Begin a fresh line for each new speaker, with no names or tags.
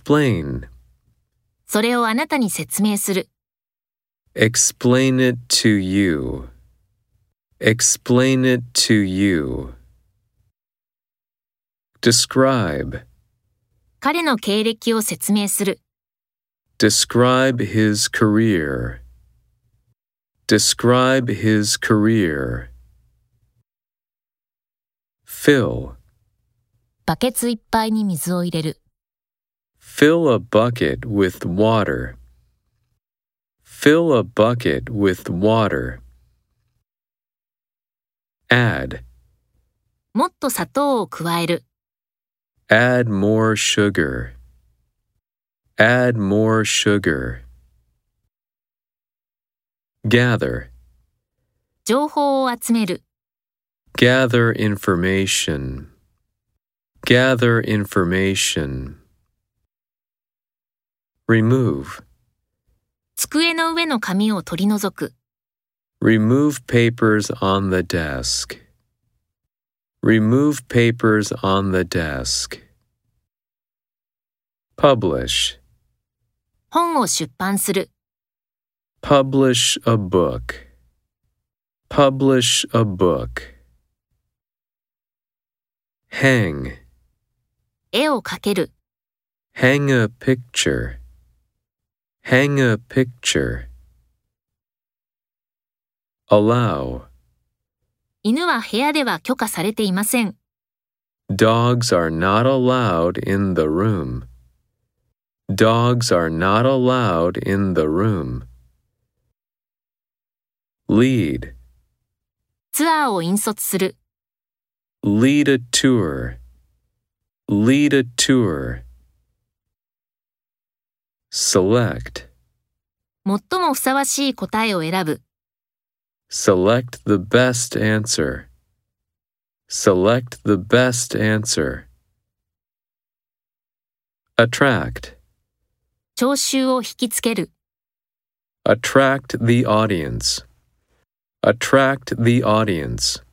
Explain.
それをあなたに説明する。
Explain it to you. Explain it to you. Describe.
彼の経歴を説明する。
Describe his career. Describe his career. Fill.
バケツいっぱいに水を入れる。
Fill a bucket with water. Fill a bucket with water. Add.
もっと砂糖を加える。
Add more sugar. Add more sugar. Gather.
情報を集める。
Gather information. Gather information. Remove.
机の上の紙を取り除く。
Remove papers on the desk. Remove papers on the desk. Publish.
本を出版する。
Publish a book. Publish a book. Hang.
絵を描ける。
Hang a picture. Hang a picture. Allow.
犬は部屋では許可されていません。
Dogs are not allowed in the room. Dogs are not allowed in the room. Lead.
ツアーを引率する。
Lead a tour. Lead a tour. Select.
最もふさわしい答えを選ぶ。
Select the best answer. Select the best answer. Attract.
聴衆を引きつける。
Attract the audience. Attract the audience.